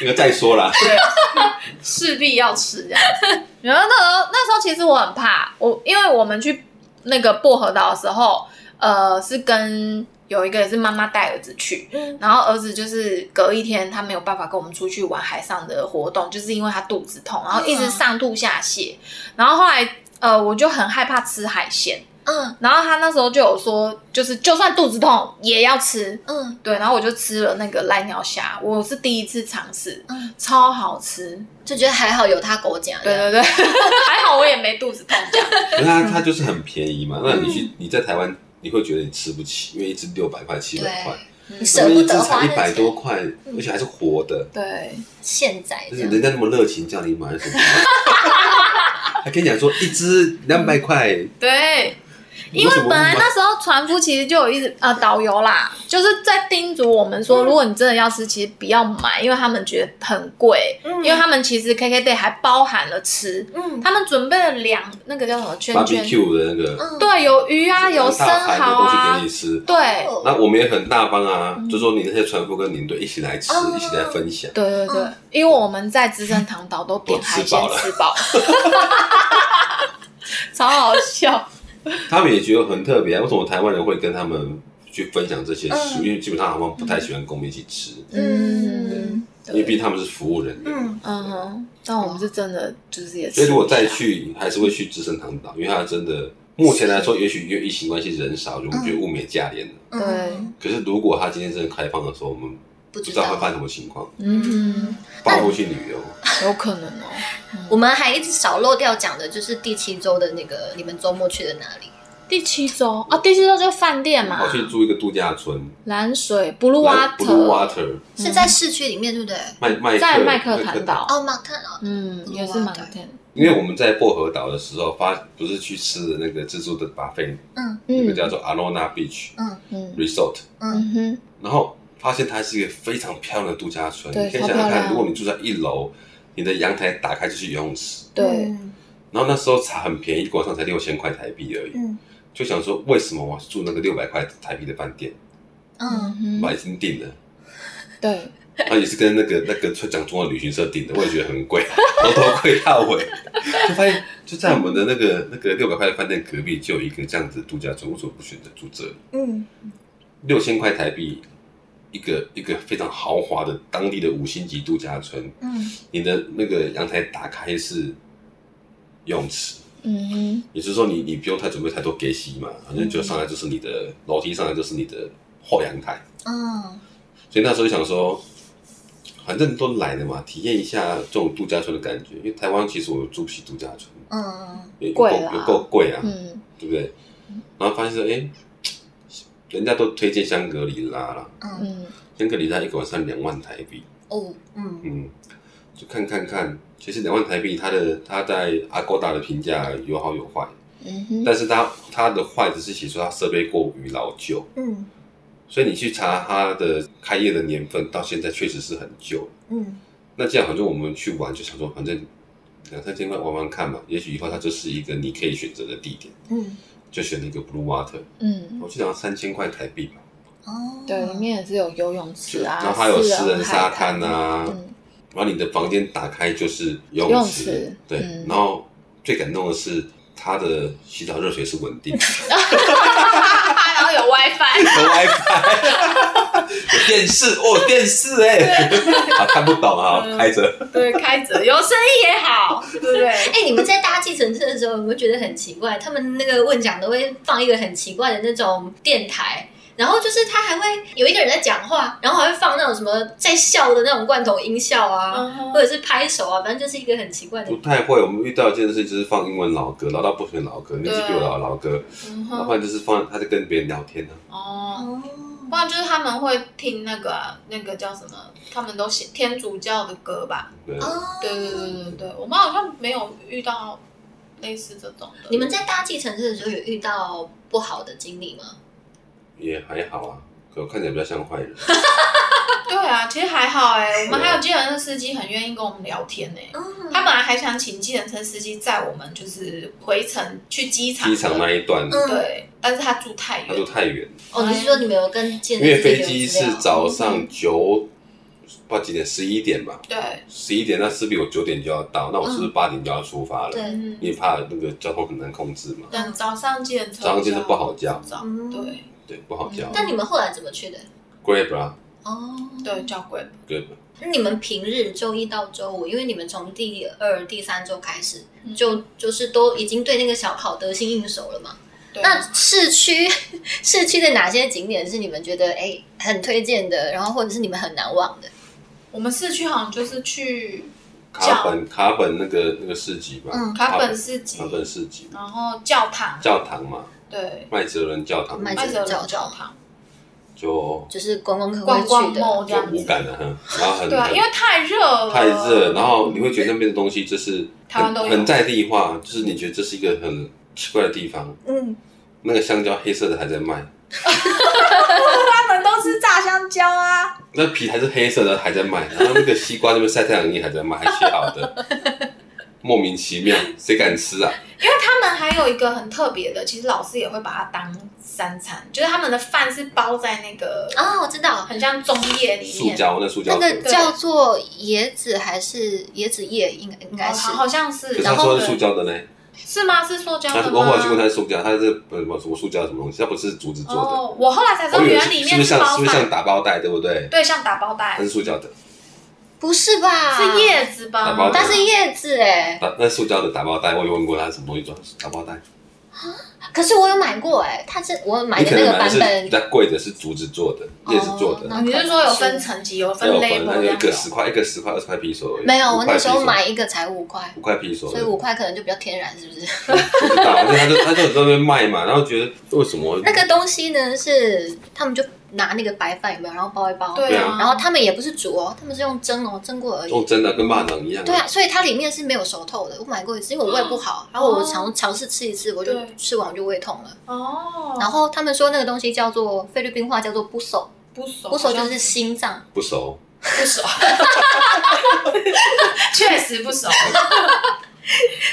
Speaker 3: 那个再说啦，
Speaker 4: 势必要吃这样 子。然后那时候那时候其实我很怕，我因为我们去那个薄荷岛的时候，呃，是跟有一个也是妈妈带儿子去，
Speaker 1: 嗯
Speaker 4: 然后儿子就是隔一天他没有办法跟我们出去玩海上的活动，就是因为他肚子痛，然后一直上吐下泻，然后后来呃我就很害怕吃海鲜，
Speaker 1: 嗯
Speaker 4: 然后他那时候就有说，就是就算肚子痛也要吃，
Speaker 1: 嗯
Speaker 4: 对，然后我就吃了那个濑尿虾，我是第一次尝试，
Speaker 1: 嗯，
Speaker 4: 超好吃，
Speaker 1: 就觉得还好有他给我讲，
Speaker 4: 对对对， 还好我也没肚子痛这样，
Speaker 3: 可是它它就是很便宜
Speaker 1: 嗯
Speaker 3: 嘛。那你去你在台湾，你会觉得你吃不起，因为一只六百块、七百块，
Speaker 1: 你
Speaker 3: 那
Speaker 1: 舍
Speaker 3: 边
Speaker 1: 不
Speaker 3: 一只
Speaker 1: 得花
Speaker 3: 才一
Speaker 1: 那
Speaker 3: 百
Speaker 1: 钱嗯
Speaker 3: 多块，而且还是活的。
Speaker 4: 对，
Speaker 1: 现在
Speaker 3: 就
Speaker 1: 这
Speaker 3: 是人
Speaker 1: 样，
Speaker 3: 家那么热情叫你买 什么？还跟你讲说一只两百块，
Speaker 4: 对，嗯因为
Speaker 3: 什么不
Speaker 4: 本来
Speaker 3: 买
Speaker 4: 那时候船夫其实就有一直啊导游啦，就是在叮嘱我们说，如果你真的要吃，其实不要买，因为他们觉得很贵，
Speaker 1: 嗯
Speaker 4: 因为他们其实 KKday 还包含了吃，
Speaker 1: 嗯
Speaker 4: 他们准备了两那个叫什么圈圈，
Speaker 3: barbecue 的那个，
Speaker 1: 嗯，
Speaker 4: 对，有鱼啊，
Speaker 3: 很
Speaker 4: 有生
Speaker 3: 大盘的
Speaker 4: 蚝
Speaker 3: 东西给
Speaker 4: 啊
Speaker 3: 你，吃。
Speaker 4: 对
Speaker 1: 哦
Speaker 3: 那我们也很大方啊，
Speaker 4: 嗯
Speaker 3: 就说你那些船夫跟领队一起来吃，
Speaker 1: 哦
Speaker 3: 一起来分享。
Speaker 4: 对对对，因为我们在资生堂岛都点海鲜
Speaker 3: 都
Speaker 4: 吃 饱，超好笑，
Speaker 3: 他们也觉得很特别啊，为什么台湾人会跟他们去分享这些食物？
Speaker 1: 嗯
Speaker 3: 因为基本上他们不太喜欢跟我们一起吃，
Speaker 4: 嗯
Speaker 1: 嗯，
Speaker 3: 因
Speaker 4: 对
Speaker 3: 为毕竟他们是服务人员。
Speaker 1: 嗯
Speaker 4: 嗯哼，但我们是真的就是也吃不下，
Speaker 3: 所以如果再去，还是会去资生堂岛，因为它真的目前来说，也许因为疫情关系人少，我们觉得物美价廉了。
Speaker 1: 嗯，
Speaker 3: 可是如果它今天真的开放的时候，我们
Speaker 1: 不
Speaker 3: 不知
Speaker 1: 知
Speaker 3: 道会
Speaker 1: 道
Speaker 3: 发生什么情况，
Speaker 4: 嗯，
Speaker 3: 包括去旅游，
Speaker 4: 有可能哦。
Speaker 1: 我们还一直少漏掉讲的就是第七周的那个，你们周末去的哪里？
Speaker 4: 第七周啊，第七周就是饭店嘛
Speaker 3: 跑，去住一个度假村
Speaker 4: 蓝水 Blue
Speaker 3: 来 Blue
Speaker 4: Water
Speaker 3: Water
Speaker 1: 是在市区里面，对不对？
Speaker 4: 嗯
Speaker 3: 麦麦克
Speaker 4: 在麦克坦，岛，
Speaker 1: 哦，马看哦，
Speaker 4: 嗯，也是
Speaker 1: Blue
Speaker 4: 满
Speaker 1: Water
Speaker 4: 天，
Speaker 3: 因为我们在薄荷岛的时候发，不是去吃的那个自助的 buffet，
Speaker 1: 嗯
Speaker 3: 有
Speaker 4: 嗯
Speaker 3: 个叫做 Alona Beach
Speaker 4: 嗯
Speaker 3: Resort，
Speaker 4: 嗯哼，
Speaker 3: 然后发现它是一个非常漂亮的度假村，
Speaker 4: 对
Speaker 3: 你可以
Speaker 4: 超
Speaker 3: 想
Speaker 4: 漂
Speaker 3: 想
Speaker 4: 亮
Speaker 3: 看，如果你住在一楼，你的阳台打开就是游泳池，
Speaker 4: 对，，
Speaker 3: 然后那时候才很便宜，晚上才六千块台币而已，
Speaker 1: 嗯
Speaker 3: 就想说为什么我住那个六百块台币的饭店，
Speaker 1: 嗯，
Speaker 4: 嗯
Speaker 3: 我
Speaker 4: 哼，
Speaker 3: 已经订了。
Speaker 4: 对，
Speaker 3: 然后也是跟那个那个讲中文旅行社订的，我也觉得很贵， 从头贵到尾，就发现就在我们的那个那个六百块的饭店隔壁就有一个这样子的度假村，为什么不选择住这里？
Speaker 1: 嗯
Speaker 3: 六千块台币一个一个非常豪华的当地的五星级度假村，
Speaker 1: 嗯，
Speaker 3: 你的那个阳台打开是游泳池，
Speaker 4: 嗯哼，
Speaker 3: 也就是说你你不用太准备太多给洗嘛，反正就上来就是你的楼梯上来就是你的后阳台，
Speaker 1: 嗯
Speaker 3: 所以那时候就想说，反正都来了嘛，体验一下这种度假村的感觉。因为台湾其实我住不起度假村，
Speaker 1: 嗯嗯
Speaker 3: 有够
Speaker 4: 贵啦
Speaker 3: 有够贵啊，
Speaker 4: 嗯，
Speaker 3: 对不对？然后发现说，哎，人家都推荐香格里拉啦，
Speaker 1: 嗯嗯，
Speaker 4: 嗯，
Speaker 3: 香格里拉一个晚上两万台币，
Speaker 1: 哦，嗯
Speaker 3: 嗯，就看看看。其实两万台币，它的它在 Agoda 的评价有好有坏，
Speaker 4: 嗯哼，
Speaker 3: 但是它它的坏只是写说它设备过于老旧，
Speaker 1: 嗯
Speaker 3: 所以你去查它的开业的年份，到现在确实是很旧。
Speaker 1: 嗯
Speaker 3: 那这样反正我们去玩就想说，反正两三千块玩玩看嘛，也许以后它就是一个你可以选择的地点，
Speaker 1: 嗯，
Speaker 3: 就选了一个 Blue Water，
Speaker 4: 嗯，
Speaker 3: 我记得好像三千块台币吧，
Speaker 1: 哦，
Speaker 4: 对，里面也是有游泳池啊，
Speaker 3: 然后还有私人
Speaker 4: 海
Speaker 3: 沙
Speaker 4: 滩
Speaker 3: 滩啊，
Speaker 4: 嗯
Speaker 3: 然后你的房间打开就是游
Speaker 4: 游泳
Speaker 3: 池，
Speaker 4: 池
Speaker 3: 对，
Speaker 4: 嗯
Speaker 3: 然后最感动的是它的洗澡热水是稳 定的
Speaker 4: 然后有 WiFi，
Speaker 3: 有，WiFi，有电视哦，电视哎、啊看不懂啊，
Speaker 4: 嗯
Speaker 3: 开着。
Speaker 4: 对，开着有 声音也好，对不对？
Speaker 1: 哎、你们在搭计程车的时候，有没有觉得很奇怪？他们那个问讲都会放一个很奇怪的那种电台，然后就是他还会有一个人在讲话，然后还会放那种什么在笑的那种罐头音效啊，
Speaker 4: 嗯
Speaker 1: 或者是拍手啊，反正就是一个很奇怪的
Speaker 3: 不。太会，我们遇到一件事就是放英文老歌，老到不行的老歌，年纪比我老的老歌，
Speaker 4: 嗯
Speaker 3: 要
Speaker 4: 哼
Speaker 3: 不然就是放他在跟别人聊天啊呢、
Speaker 4: 哦，
Speaker 1: 哦，
Speaker 4: 不然就是他们会听那个啊那个叫什么，他们都信天主教的歌吧？
Speaker 3: 对，
Speaker 1: 哦
Speaker 4: 对对对对对，我们好像没有遇到类似这种的。
Speaker 1: 你们在搭计程车的时候有遇到不好的经历吗？
Speaker 3: 也还好啊。可我看起来比较像坏人，
Speaker 4: 对啊，其实还好哎、我们
Speaker 3: 对啊
Speaker 4: 还有计程车司机很愿意跟我们聊天呢、
Speaker 1: 嗯
Speaker 4: 他本来还想请计程车司机载我们，就是回程去机场的。
Speaker 3: 机场那一段，
Speaker 1: 嗯
Speaker 4: 对，但是他住太
Speaker 3: 他说
Speaker 4: 远，
Speaker 3: 太远，
Speaker 1: 哦，你是说你们有跟计
Speaker 3: 因
Speaker 1: 程车
Speaker 3: 为
Speaker 1: 司机
Speaker 3: 飞机
Speaker 1: 有
Speaker 3: 是
Speaker 1: 聊
Speaker 3: 早上九，不知道几点，十一点吧，
Speaker 4: 对，
Speaker 3: 十一点，那势必我九点就要到，那我是不是八点就要出发了？
Speaker 1: 对，
Speaker 3: 因
Speaker 4: 嗯，
Speaker 3: 为怕那个交通很难控制嘛，
Speaker 4: 但早上计程车
Speaker 3: 早上计程车不好叫
Speaker 4: 早
Speaker 1: 嗯
Speaker 4: 对
Speaker 3: 对，不好
Speaker 4: 嗯
Speaker 3: 叫。
Speaker 1: 那你们后来怎么去的？
Speaker 3: Grab 啊
Speaker 1: 哦，
Speaker 4: 对叫贵，
Speaker 3: ，Grab，
Speaker 1: 那你们平日周一到周五，因为你们从第二、第三周开始，
Speaker 4: 嗯
Speaker 1: 就就是都已经对那个小好得心应手了嘛。
Speaker 4: 对
Speaker 1: 那市区 市区的哪些景点是你们觉得哎、很推荐的，然后或者是你们很难忘的？
Speaker 4: 我们市区好像就是去
Speaker 3: 卡本卡本那个那个市集吧，
Speaker 1: 嗯
Speaker 4: 卡本市集，
Speaker 3: 卡本市集，
Speaker 4: 然后教堂，
Speaker 3: 教堂嘛，
Speaker 4: 对，
Speaker 3: 麦哲伦教堂，
Speaker 1: 麦
Speaker 4: 麦
Speaker 1: 哲
Speaker 4: 哲
Speaker 1: 教
Speaker 4: 伦教
Speaker 1: 堂
Speaker 4: 堂，
Speaker 3: 就
Speaker 1: 就是观光客会
Speaker 4: 逛逛
Speaker 1: 去的，
Speaker 4: 梦这
Speaker 3: 就
Speaker 4: 样
Speaker 3: 无
Speaker 4: 子。
Speaker 3: 感了，哼然后很
Speaker 4: 对啊，因为太热了，
Speaker 3: 太热，然后你会觉得那边的东西就是
Speaker 4: 台湾
Speaker 3: 很
Speaker 4: 都有
Speaker 3: 很在地化，就是你觉得这是一个很奇怪的地方。
Speaker 1: 嗯，
Speaker 3: 那个香蕉黑色的还在卖，
Speaker 4: 他们都吃炸香蕉啊，
Speaker 3: 那皮还是黑色的还在卖，然后那个西瓜那边晒太阳衣还在卖，还切 好的，莫名其妙，谁敢吃啊？
Speaker 4: 因为他们还有一个很特别的，其实老师也会把它当三餐，就是他们的饭是包在那个
Speaker 1: 啊，我知道，
Speaker 4: 很像粽叶里
Speaker 3: 塑
Speaker 4: 面，
Speaker 3: 胶那塑
Speaker 1: 那
Speaker 3: 胶
Speaker 1: 个
Speaker 3: 盒，
Speaker 1: 叫做椰子还是椰子叶，应该应该
Speaker 4: 哦
Speaker 1: 是
Speaker 4: 好好像是，
Speaker 3: 可是
Speaker 4: 然
Speaker 3: 他
Speaker 4: 后
Speaker 3: 说是塑胶的呢，
Speaker 4: 是吗？是塑胶
Speaker 3: 他
Speaker 4: 的吗？
Speaker 3: 我后来去问他是塑胶，他是不不我塑胶什么东西，它不是竹子做的，
Speaker 4: 哦，我后来才知道
Speaker 3: 我以为
Speaker 4: 原来
Speaker 3: 是
Speaker 4: 里
Speaker 3: 是不
Speaker 4: 面
Speaker 3: 是像
Speaker 4: 包
Speaker 3: 是不是像
Speaker 4: 饭，
Speaker 3: 打包袋对不对？
Speaker 4: 对，像打包袋
Speaker 3: 它，是塑胶的，
Speaker 1: 不是吧？
Speaker 4: 是，叶子吧
Speaker 3: 打包？袋
Speaker 1: 但是叶子哎、
Speaker 3: 打那塑胶的打包袋，我有问过他什么东西装，打包袋。
Speaker 1: 可是我有买过哎、它是我买
Speaker 3: 你
Speaker 1: 的
Speaker 3: 可
Speaker 1: 那
Speaker 3: 能
Speaker 1: 个
Speaker 3: 买的
Speaker 1: 版
Speaker 3: 是
Speaker 1: 本哦
Speaker 3: 比较贵的，是竹子做的、叶子做的，
Speaker 1: 那
Speaker 4: 你是说有分层级，有
Speaker 3: 还
Speaker 4: 分
Speaker 3: 有
Speaker 4: l
Speaker 3: 分
Speaker 4: a
Speaker 3: 还有一
Speaker 4: b
Speaker 3: 个十块、一个十块、二十块皮索而已。
Speaker 1: 没有，
Speaker 3: 五
Speaker 1: 我
Speaker 3: 块
Speaker 1: 那时候
Speaker 3: 披索
Speaker 1: 买一个才五块，
Speaker 3: 五块皮索，
Speaker 1: 所以五块可能就比较天然，是不是？
Speaker 3: 不知道，因为他就他就在那边卖嘛，然后觉得为什么
Speaker 1: 那个东西呢是他们就拿那个白饭有没有，然后包一包，
Speaker 4: 对
Speaker 3: 对
Speaker 4: 啊
Speaker 3: 啊，
Speaker 1: 然后他们也不是煮哦，他们是用蒸哦，蒸过而
Speaker 3: 用
Speaker 1: 已。
Speaker 3: 真的跟蚂蚱一样？
Speaker 1: 对啊，，所以它里面是没有熟透的。我买过一次，因为我胃不好，然后我尝尝试吃一次，我就
Speaker 4: 哦对
Speaker 1: 吃完我就胃痛了。
Speaker 4: 哦，
Speaker 1: 然后他们说那个东西叫做菲律宾话叫做不手，
Speaker 4: 不熟，
Speaker 1: 不手
Speaker 4: 好
Speaker 1: 就
Speaker 4: 像嗯
Speaker 1: 是心脏，
Speaker 3: 不熟，
Speaker 4: 不熟，确实不熟，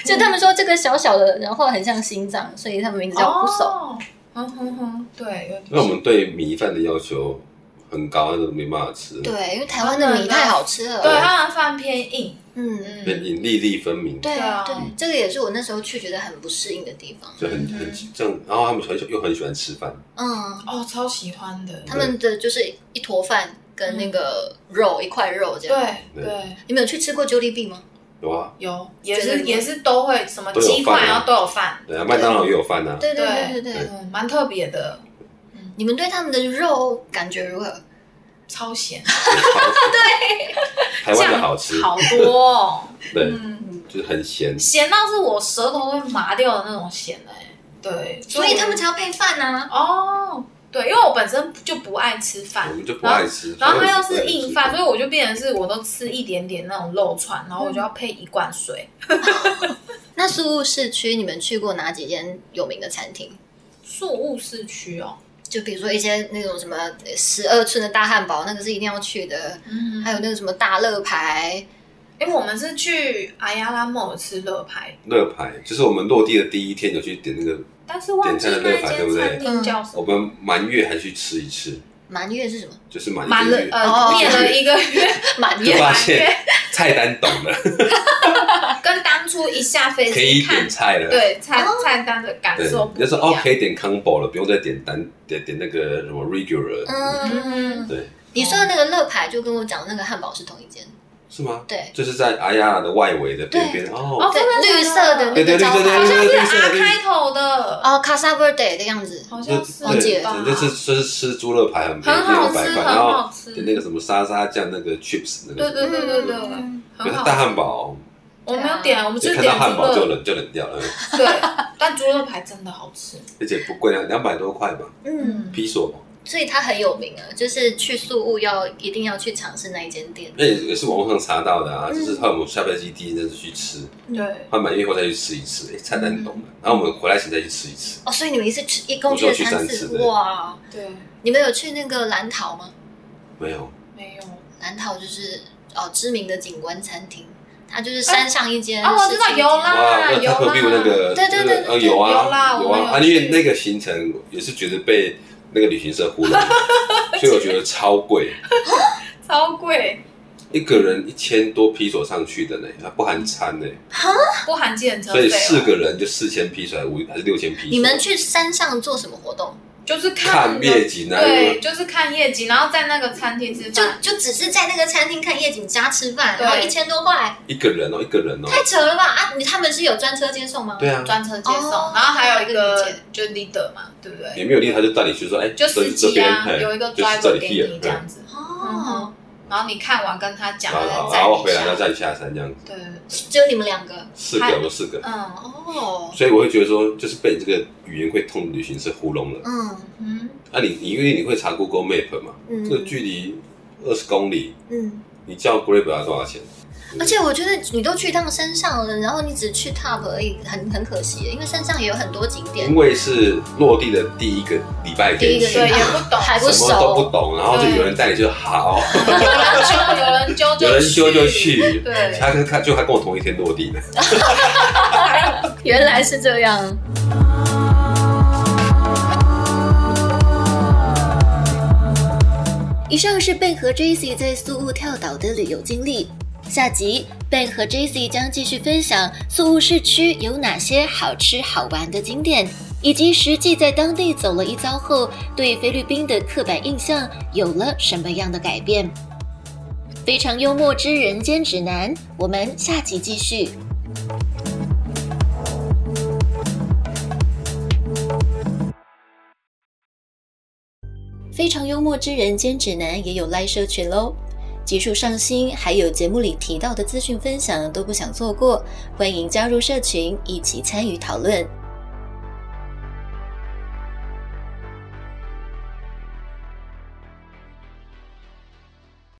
Speaker 1: 就他们说这个小小的，然后很像心脏，所以他们名字叫不手。
Speaker 4: 哦。嗯哼哼，对，有点
Speaker 3: 因为我们对米饭的要求很高，那都没办法吃，，
Speaker 1: 对，因为台湾的米太好吃了。
Speaker 4: 对，啊他们饭偏硬，
Speaker 1: 嗯。
Speaker 4: 嗯，
Speaker 3: 粒粒粒分明，
Speaker 1: 对
Speaker 4: 对啊
Speaker 1: 对，这个也是我那时候去觉得很不适应的地方。
Speaker 3: 就很
Speaker 4: 嗯
Speaker 3: 很这样。然后他们很喜又很喜欢吃饭，
Speaker 1: 嗯，
Speaker 4: 哦，超喜欢的，
Speaker 1: 他们的就是一坨饭跟那个肉、一块肉这样。
Speaker 4: 对嗯
Speaker 3: 对
Speaker 4: 对，
Speaker 1: 你们有去吃过 j o l l i b e 吗？
Speaker 3: 有啊，
Speaker 4: 有也
Speaker 1: 就是
Speaker 4: 是也是都会什么鸡
Speaker 3: 都有
Speaker 4: 块，
Speaker 3: 饭啊
Speaker 4: 然后都有饭，
Speaker 3: 对啊，麦当劳也有饭啊，
Speaker 1: 对对
Speaker 4: 对
Speaker 1: 对对对。
Speaker 4: 嗯，蛮特别的。
Speaker 1: 你们对他们的肉感觉如何？
Speaker 4: 超咸，
Speaker 3: 对，台湾的好吃，
Speaker 4: 好多、哦，
Speaker 3: 对，
Speaker 4: 嗯，
Speaker 3: 就是很咸，
Speaker 4: 咸到是我舌头会麻掉的那种咸哎、对，
Speaker 1: 所以他们才要配饭啊。
Speaker 4: 哦，对，因为我本身就不爱吃饭
Speaker 3: 我，们就不爱吃。
Speaker 4: 然后它
Speaker 3: 它
Speaker 4: 又是硬饭，所以我就变成是我都吃一点点那种肉串，然后我就要配一罐水。
Speaker 1: 那苏雾市区你们去过哪几间有名的餐厅？
Speaker 4: 宿雾市区哦，
Speaker 1: 就比如说一些那种什么十二寸的大汉堡，那个是一定要去的，
Speaker 4: 嗯
Speaker 1: 还有那个什么大乐牌，
Speaker 4: 因为我们是去阿亚拉莫尔吃乐牌，
Speaker 3: 热排，就是我们落地的第一天有去点那个，
Speaker 4: 但是忘记
Speaker 3: 点
Speaker 4: 那
Speaker 3: 餐的乐牌对
Speaker 4: 间
Speaker 3: 不对
Speaker 4: 餐厅叫什
Speaker 3: 我
Speaker 4: 么，
Speaker 3: 们满月还去吃一次，
Speaker 1: 满月是什么？
Speaker 3: 就是满
Speaker 4: 满
Speaker 3: 一
Speaker 4: 了
Speaker 3: 个月
Speaker 4: 呃
Speaker 1: 哦
Speaker 4: 念了一个月，
Speaker 1: 满
Speaker 3: 就
Speaker 1: 月
Speaker 3: 发
Speaker 4: 满
Speaker 3: 现菜单懂 了，
Speaker 4: 跟当初一下飞
Speaker 3: 可以
Speaker 4: 机看
Speaker 3: 点菜了。
Speaker 4: 对菜
Speaker 1: 哦
Speaker 4: 菜单的感
Speaker 3: 对，
Speaker 4: 受不
Speaker 3: 你就
Speaker 4: 一
Speaker 3: 说哦，
Speaker 4: 样。
Speaker 3: 可以点 combo 了，不用再点单点点那个什么 regular 了，
Speaker 1: 嗯，
Speaker 3: 对，
Speaker 1: 你说的那个乐牌就跟我讲的那个汉堡是同一间，
Speaker 3: 是吗？
Speaker 1: 对，
Speaker 3: 就是在阿亚的外围的边边哦
Speaker 4: 哦，
Speaker 1: 对
Speaker 4: 真的，
Speaker 1: 绿色的那
Speaker 3: 对
Speaker 1: 个
Speaker 3: 对对
Speaker 1: 招
Speaker 3: 对
Speaker 1: 牌，
Speaker 3: 对
Speaker 4: 好像
Speaker 3: 对
Speaker 4: 是
Speaker 3: 绿色的
Speaker 4: R
Speaker 3: 绿
Speaker 4: 开头的，
Speaker 1: 哦 c a s a b e r d a 的样子，
Speaker 4: 好
Speaker 3: 就
Speaker 4: 像是
Speaker 1: 忘记了
Speaker 4: 吧
Speaker 3: 对，这次就是吃猪肋排很便宜，
Speaker 4: 很好
Speaker 3: 六
Speaker 4: 吃，
Speaker 3: 百块，
Speaker 4: 很
Speaker 3: 然后
Speaker 4: 好吃。
Speaker 3: 点那个什么沙沙酱那个 chips 那个
Speaker 4: 对
Speaker 3: 什
Speaker 4: 对
Speaker 3: 么，
Speaker 4: 对对对，
Speaker 1: 嗯
Speaker 3: 可
Speaker 4: 很
Speaker 3: 是
Speaker 4: 好吃。
Speaker 3: 大汉堡
Speaker 4: 我没有点，我们
Speaker 3: 就
Speaker 4: 就
Speaker 3: 看
Speaker 4: 点
Speaker 3: 到汉
Speaker 4: 猪
Speaker 3: 堡就
Speaker 4: 肉，
Speaker 3: 冷就冷掉了，
Speaker 4: 对，但猪肉排真的好吃。
Speaker 3: 而且不贵啊，两百多块吧，
Speaker 1: 嗯，，
Speaker 3: 披索嘛，
Speaker 1: 所以它很有名啊，就是去宿务要一定要去尝试那一间店。
Speaker 3: 那也也是网络上查到的啊，
Speaker 1: 嗯
Speaker 3: 就是后来我们下飞机第一天就去吃，
Speaker 4: 对，
Speaker 3: 他满月后再去吃一次，哎，菜单懂了，然后我们回来前再去吃一次，
Speaker 1: 哦，所以你们一次去一共去了三
Speaker 3: 我就去三
Speaker 1: 次，
Speaker 3: 次对
Speaker 1: 哇！
Speaker 4: 对，
Speaker 1: 你们有去那个蓝桃吗？
Speaker 3: 没有，
Speaker 4: 没有。
Speaker 1: 蓝桃就是哦知名的景观餐厅，它就是山上一间
Speaker 4: 啊，我知道
Speaker 1: 市区一间
Speaker 4: 有啦，
Speaker 3: 哇，那
Speaker 4: 有
Speaker 3: 他隔壁那
Speaker 4: 啦。
Speaker 3: 个，
Speaker 1: 对对对
Speaker 3: 那个
Speaker 1: 对
Speaker 3: 呃
Speaker 1: 对
Speaker 3: 有
Speaker 4: 有啦
Speaker 3: 啊
Speaker 4: 我
Speaker 3: 有
Speaker 4: 们
Speaker 3: 啊，啊，
Speaker 4: 有
Speaker 3: 因为
Speaker 4: 去
Speaker 3: 那个行程也是觉得被那个旅行社糊弄了，所以我觉得超贵，
Speaker 4: 超贵，
Speaker 3: 一个人一千多披索上去的呢，它不含餐呢，
Speaker 4: 不含计程车
Speaker 3: 所
Speaker 4: 费
Speaker 3: 以
Speaker 4: 哦。
Speaker 3: 四个人就四千披索还是五还是六千披索，
Speaker 1: 你们去山上做什么活动？
Speaker 4: 就是
Speaker 3: 看夜景啊，嗯
Speaker 4: 对，就是看夜景，然后在那个餐厅吃
Speaker 1: 就
Speaker 4: 饭。
Speaker 1: 就只是在那个餐厅看夜景加吃饭，
Speaker 4: 对
Speaker 1: 然后一千多块，
Speaker 3: 一个人哦，一个人哦，
Speaker 1: 太扯了吧？啊，你他们是有专车接送吗？
Speaker 3: 对啊，
Speaker 4: 专车接送，
Speaker 1: 哦
Speaker 4: 然后还有一
Speaker 1: 理
Speaker 4: 个
Speaker 1: 解
Speaker 4: 就是 leader 嘛，对不
Speaker 3: 也
Speaker 4: 对？
Speaker 3: 没有力，他就带你去说，哎，
Speaker 4: 就
Speaker 3: 这
Speaker 4: 司
Speaker 3: 这
Speaker 4: 机
Speaker 3: 边
Speaker 4: 啊，
Speaker 3: 嘿
Speaker 4: 有一个
Speaker 3: 嗯就是这
Speaker 4: driver
Speaker 3: 里哎
Speaker 4: 给
Speaker 3: here，
Speaker 4: 你这
Speaker 3: 对
Speaker 4: 样子，嗯
Speaker 1: 哦
Speaker 4: 哼，然后你看完跟他讲，
Speaker 3: 然
Speaker 4: 再
Speaker 3: 后
Speaker 4: 载
Speaker 3: 然后
Speaker 4: 你
Speaker 3: 回来
Speaker 4: 下
Speaker 3: 然后再下山这样子，
Speaker 4: 对，
Speaker 1: 只有你们两个
Speaker 3: 四个
Speaker 4: 嗨
Speaker 3: 我们四个，
Speaker 4: 嗯
Speaker 1: 哦，
Speaker 3: 所以我会觉得说，就是被这个语言会通的旅行社糊弄了。
Speaker 1: 嗯
Speaker 4: 嗯，
Speaker 3: 啊你，你因为你会查 Google Map 嘛，这个
Speaker 1: 嗯
Speaker 3: 距离二十公里，
Speaker 1: 嗯，
Speaker 3: 你叫 Grab 要多少钱？
Speaker 1: 而且我觉得你都去一趟山上了，然后你只去 Top 而已，很很可惜，因为山上也有很多景点
Speaker 4: 嗯
Speaker 3: 因，为是落地的第一个礼拜天
Speaker 1: 第一个
Speaker 3: 去，
Speaker 1: 礼
Speaker 4: 对，
Speaker 1: 拜
Speaker 4: 也不懂，
Speaker 1: 还不
Speaker 3: 什么都不
Speaker 1: 熟，
Speaker 3: 懂，然后就有人带你就 好，
Speaker 4: 有人揪，有人揪 就
Speaker 3: 有人修就，去。
Speaker 4: 对，
Speaker 3: 他跟他就他跟我同一天落地的，
Speaker 1: 原来是这样。
Speaker 2: 以上是贝和 J.C. 在宿雾跳岛的旅游经历。下集贝和 J.C. 将继续分享宿雾市区有哪些好吃好玩的景点，以及实际在当地走了一遭后，对菲律宾的刻板印象有了什么样的改变。非常幽默之人间指南，我们下集继续。非常幽默之人间指南也有 live 社群喽。集数上新，还有节目里提到的资讯分享都不想错过，欢迎加入社群一起参与讨论。